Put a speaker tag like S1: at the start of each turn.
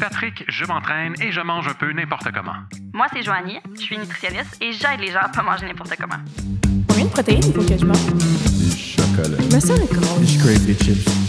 S1: Patrick, je m'entraîne et je mange un peu n'importe comment.
S2: Moi, c'est Joanie, je suis nutritionniste et j'aide les gens à pas manger n'importe comment.
S3: Combien de protéines il faut que je mange?
S4: Du chocolat.
S3: Je me sens le corps.
S4: Je crave des chips.